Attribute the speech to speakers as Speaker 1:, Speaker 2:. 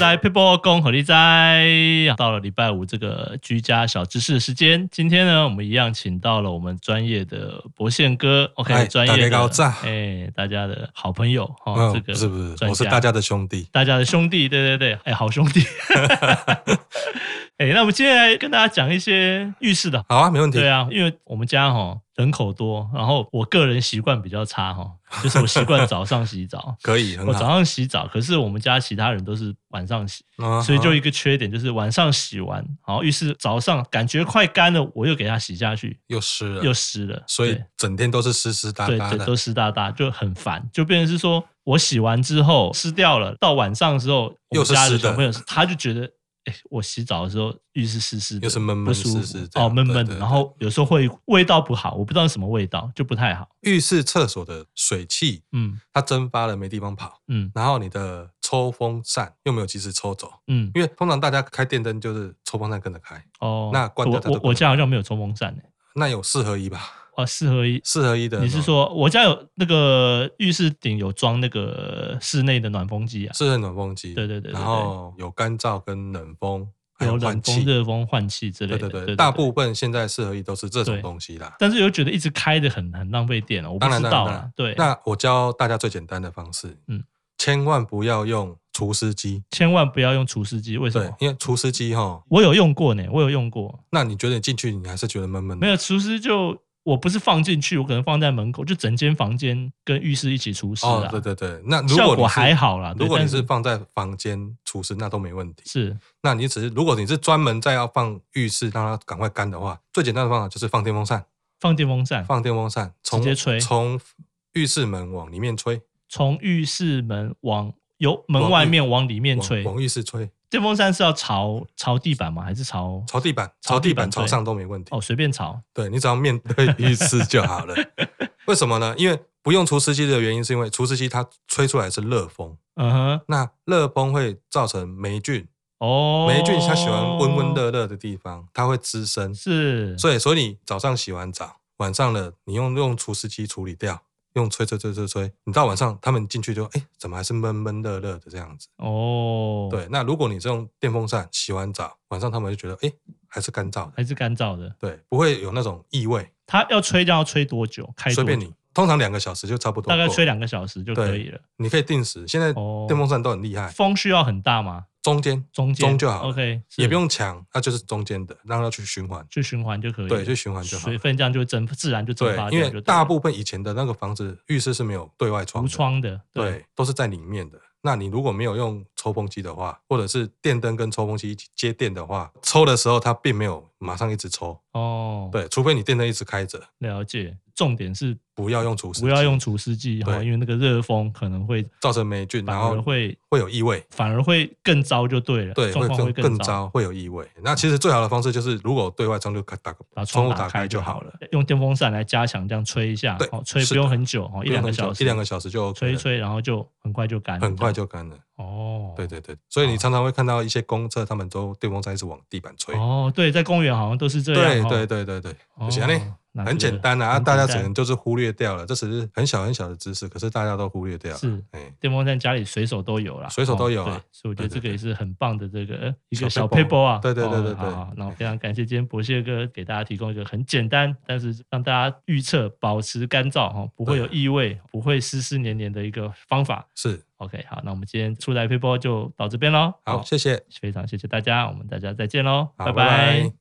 Speaker 1: 来 people 共和力在呃到了礼拜五这个居家小知识的时间，今天呢，我们一样请到了我们专业的博宪哥
Speaker 2: 哎
Speaker 1: ，OK，专业
Speaker 2: 大家好
Speaker 1: 的
Speaker 2: 赞
Speaker 1: 哎，大家的好朋友哦，这
Speaker 2: 嗯，
Speaker 1: 个
Speaker 2: 不是不是，
Speaker 1: 专
Speaker 2: 我是
Speaker 1: 家
Speaker 2: 大家的兄弟。
Speaker 1: 大家的兄弟，对对对，哎，好兄 弟。哎，那我们今天来跟大家讲一些浴室的，
Speaker 2: 好啊，没问题，
Speaker 1: 对。啊，因为我们家哈人口多，然后我个人习惯比较差哈，就是我习惯早上洗澡
Speaker 2: 可以， 很
Speaker 1: 我早
Speaker 2: 好。
Speaker 1: 上洗澡，可是我们家其他人都是晚上洗，
Speaker 2: 嗯
Speaker 1: 所以就
Speaker 2: 嗯
Speaker 1: 一个缺点就是晚上洗完，然后浴室早上感觉快干了，我又给它洗下去，
Speaker 2: 又湿了，
Speaker 1: 又湿了，
Speaker 2: 所以
Speaker 1: 对
Speaker 2: 整天都是湿湿哒
Speaker 1: 对
Speaker 2: 哒
Speaker 1: 对，都
Speaker 2: 的。
Speaker 1: 湿哒哒，就很烦，就变成是说我洗完之后湿掉了，到晚上的时候，我
Speaker 2: 又
Speaker 1: 们
Speaker 2: 是
Speaker 1: 家的
Speaker 2: 湿的
Speaker 1: 小朋友他就觉得，哎、我洗澡的时候浴室湿湿的，
Speaker 2: 又是闷闷
Speaker 1: 不舒服
Speaker 2: 湿湿这
Speaker 1: 哦，
Speaker 2: 样
Speaker 1: 闷闷
Speaker 2: 对
Speaker 1: 的，
Speaker 2: 对
Speaker 1: 然后有时候会味道不好，我不知道是什么味道，就不太好，
Speaker 2: 浴室、厕所的水汽，
Speaker 1: 嗯
Speaker 2: 它蒸发了没地方跑，
Speaker 1: 嗯
Speaker 2: 然后你的抽风扇又没有及时抽走，
Speaker 1: 嗯，
Speaker 2: 因为通常大家开电灯就是抽风扇跟着开，
Speaker 1: 哦，
Speaker 2: 那关掉
Speaker 1: 我
Speaker 2: 它
Speaker 1: 我
Speaker 2: 就关
Speaker 1: 我家好像没有抽风扇诶、
Speaker 2: 那有四合一吧？
Speaker 1: 哦，四合一。
Speaker 2: 四合一的，
Speaker 1: 你是？说我家有那个浴室顶有装那个室内的暖风机啊？
Speaker 2: 四合一暖风机，
Speaker 1: 对对对对对
Speaker 2: 然后有干燥跟冷风，还
Speaker 1: 有冷
Speaker 2: 换
Speaker 1: 风、
Speaker 2: 气，
Speaker 1: 热风、换气之类的。
Speaker 2: 对对对，大部分现在四合一都是这
Speaker 1: 对
Speaker 2: 种东西啦。
Speaker 1: 但是又觉得一直开的很很浪费电啊了，我不
Speaker 2: 当然
Speaker 1: 知道
Speaker 2: 当然
Speaker 1: 啦。对，
Speaker 2: 那我教大家最简单的方式，
Speaker 1: 嗯
Speaker 2: 嗯，千万不要用除湿机，
Speaker 1: 千万不要用除湿机，为什
Speaker 2: 对
Speaker 1: 么，？
Speaker 2: 因为除湿机哈，
Speaker 1: 我有用过呢，我有用过，
Speaker 2: 那你觉得你进去你还是觉得闷闷的，
Speaker 1: 没有除湿就我不是放进去，我可能放在门口，就整间房间跟浴室一起除湿
Speaker 2: 哦
Speaker 1: 啦，。
Speaker 2: 对对对，那
Speaker 1: 啊
Speaker 2: 如
Speaker 1: 效
Speaker 2: 果你
Speaker 1: 果
Speaker 2: 是
Speaker 1: 还，好啊啦。对
Speaker 2: 如果你
Speaker 1: 但
Speaker 2: 是放在房间除湿，那都没问题。
Speaker 1: 是
Speaker 2: 那你只是如果你是专门在要放浴室让它赶快干的话，最简单的方法就是放电风扇，
Speaker 1: 放电风扇，
Speaker 2: 放电风扇从
Speaker 1: 接吹
Speaker 2: 从浴室门往里面吹，
Speaker 1: 从浴室门往由门
Speaker 2: 往
Speaker 1: 外
Speaker 2: 浴
Speaker 1: 面往里面
Speaker 2: 往
Speaker 1: 吹。
Speaker 2: 往浴室吹，
Speaker 1: 电风扇是要朝朝地板吗？还是朝
Speaker 2: 朝地板、
Speaker 1: 朝
Speaker 2: 朝地
Speaker 1: 地板
Speaker 2: 板、朝
Speaker 1: 吹
Speaker 2: 上都没问题。
Speaker 1: 哦随便朝？
Speaker 2: 对你只要面对浴室就好 了。为什么呢？因为不用除湿机的原因，是因为除湿机它吹出来是热风，
Speaker 1: 嗯哼，
Speaker 2: 那热风会造成霉菌，
Speaker 1: 哦，
Speaker 2: 霉菌它喜欢温温，热热的地方，它会滋生。
Speaker 1: 是，
Speaker 2: 所以，所以你早上洗完澡，晚上了，你用用除湿机处理掉，用吹吹吹吹吹，你到晚上他们进去就哎、怎么还是闷闷热热的这样子？
Speaker 1: 哦，，
Speaker 2: 对，那如果你是用电风扇洗完澡，晚上他们就觉得哎、还是干燥的，
Speaker 1: 还是干燥的。
Speaker 2: 对，不会有那种异味。
Speaker 1: 它要吹就要吹多久？开
Speaker 2: 随
Speaker 1: 多
Speaker 2: 便
Speaker 1: 久
Speaker 2: 你，通常两个小时就差不多够
Speaker 1: 大
Speaker 2: 了。
Speaker 1: 概吹两个小时就可以了。
Speaker 2: 你可以定时，现在
Speaker 1: 哦
Speaker 2: 电风扇都很厉害，
Speaker 1: 风需要很大吗？
Speaker 2: 中间
Speaker 1: 中间
Speaker 2: 就好了
Speaker 1: OK，是
Speaker 2: 也不用强，那就是中间的，让它去循环。
Speaker 1: 去循环就可以了。
Speaker 2: 对，去循环就好
Speaker 1: 水。分这样就蒸自然就蒸发掉
Speaker 2: 对，因
Speaker 1: 就对了，
Speaker 2: 为大部分以前的那个房子浴室是没有对外窗
Speaker 1: 无
Speaker 2: 的，
Speaker 1: 窗的，对，
Speaker 2: 对，都是在里面的。那你如果没有用抽风机的话，或者是电灯跟抽风机一起接电的话，抽的时候它并没有马上一直抽，
Speaker 1: 哦，，
Speaker 2: 对，除非你电灯一直开着，
Speaker 1: 了解。重点是
Speaker 2: 不要用除湿，
Speaker 1: 不要用，除湿剂哈，
Speaker 2: 对
Speaker 1: 因为那个热风可能会
Speaker 2: 造成霉菌，
Speaker 1: 反
Speaker 2: 然
Speaker 1: 而
Speaker 2: 后
Speaker 1: 会
Speaker 2: 会有异味。
Speaker 1: 反而会更糟就对了，
Speaker 2: 对，
Speaker 1: 状况会
Speaker 2: 更更
Speaker 1: 糟。
Speaker 2: 糟，会有异味。那其实最好的方式就是，如果对外窗就开打
Speaker 1: 把
Speaker 2: 窗
Speaker 1: 窗
Speaker 2: 户
Speaker 1: 打
Speaker 2: 打
Speaker 1: 开
Speaker 2: 开
Speaker 1: 就
Speaker 2: 就
Speaker 1: 好
Speaker 2: 好
Speaker 1: 了
Speaker 2: 了，，
Speaker 1: 用电风扇来加强，这样吹一下，
Speaker 2: 对
Speaker 1: 哦，吹不
Speaker 2: 是的
Speaker 1: 用很久哦，一两个小时，
Speaker 2: 一两个小时就 OK
Speaker 1: 吹一
Speaker 2: 了，
Speaker 1: 吹，然后就很快就干了，
Speaker 2: 很快
Speaker 1: 这样
Speaker 2: 就干了。
Speaker 1: 哦，
Speaker 2: 对对对，所以你常常会看到一些公厕，他们都电风扇一直往地板吹。
Speaker 1: 哦，对，在公园好像都是这
Speaker 2: 对
Speaker 1: 样、哦，
Speaker 2: 对对对对，
Speaker 1: 哦，
Speaker 2: 就是这样
Speaker 1: 那
Speaker 2: 很
Speaker 1: 这
Speaker 2: 简
Speaker 1: 个
Speaker 2: 单啊，
Speaker 1: 很
Speaker 2: 大
Speaker 1: 简
Speaker 2: 家
Speaker 1: 单
Speaker 2: 只能就是忽略掉了，这只是很小很小的知识，可是大家都忽略掉了。
Speaker 1: 是
Speaker 2: 哎，
Speaker 1: 电风扇家里随手都有啦，哦
Speaker 2: 随手都有啊
Speaker 1: 对所以我觉得
Speaker 2: 对对
Speaker 1: 这个也是很棒的这个呃一个小
Speaker 2: 小
Speaker 1: paper
Speaker 2: paper
Speaker 1: 啊，
Speaker 2: 对对对对
Speaker 1: 哦
Speaker 2: 对
Speaker 1: 好好那我非常感谢今天博谢哥给大家提供一个很简单，但是让大家预测保持干燥哈，哦不会有异味，不会湿湿黏黏的一个方法。
Speaker 2: 是
Speaker 1: OK，好，那我们今天出来 paper 就到这边喽。哦
Speaker 2: 好，谢谢，
Speaker 1: 非常谢谢大家，我们大家再见喽，
Speaker 2: 好，
Speaker 1: 拜
Speaker 2: 拜拜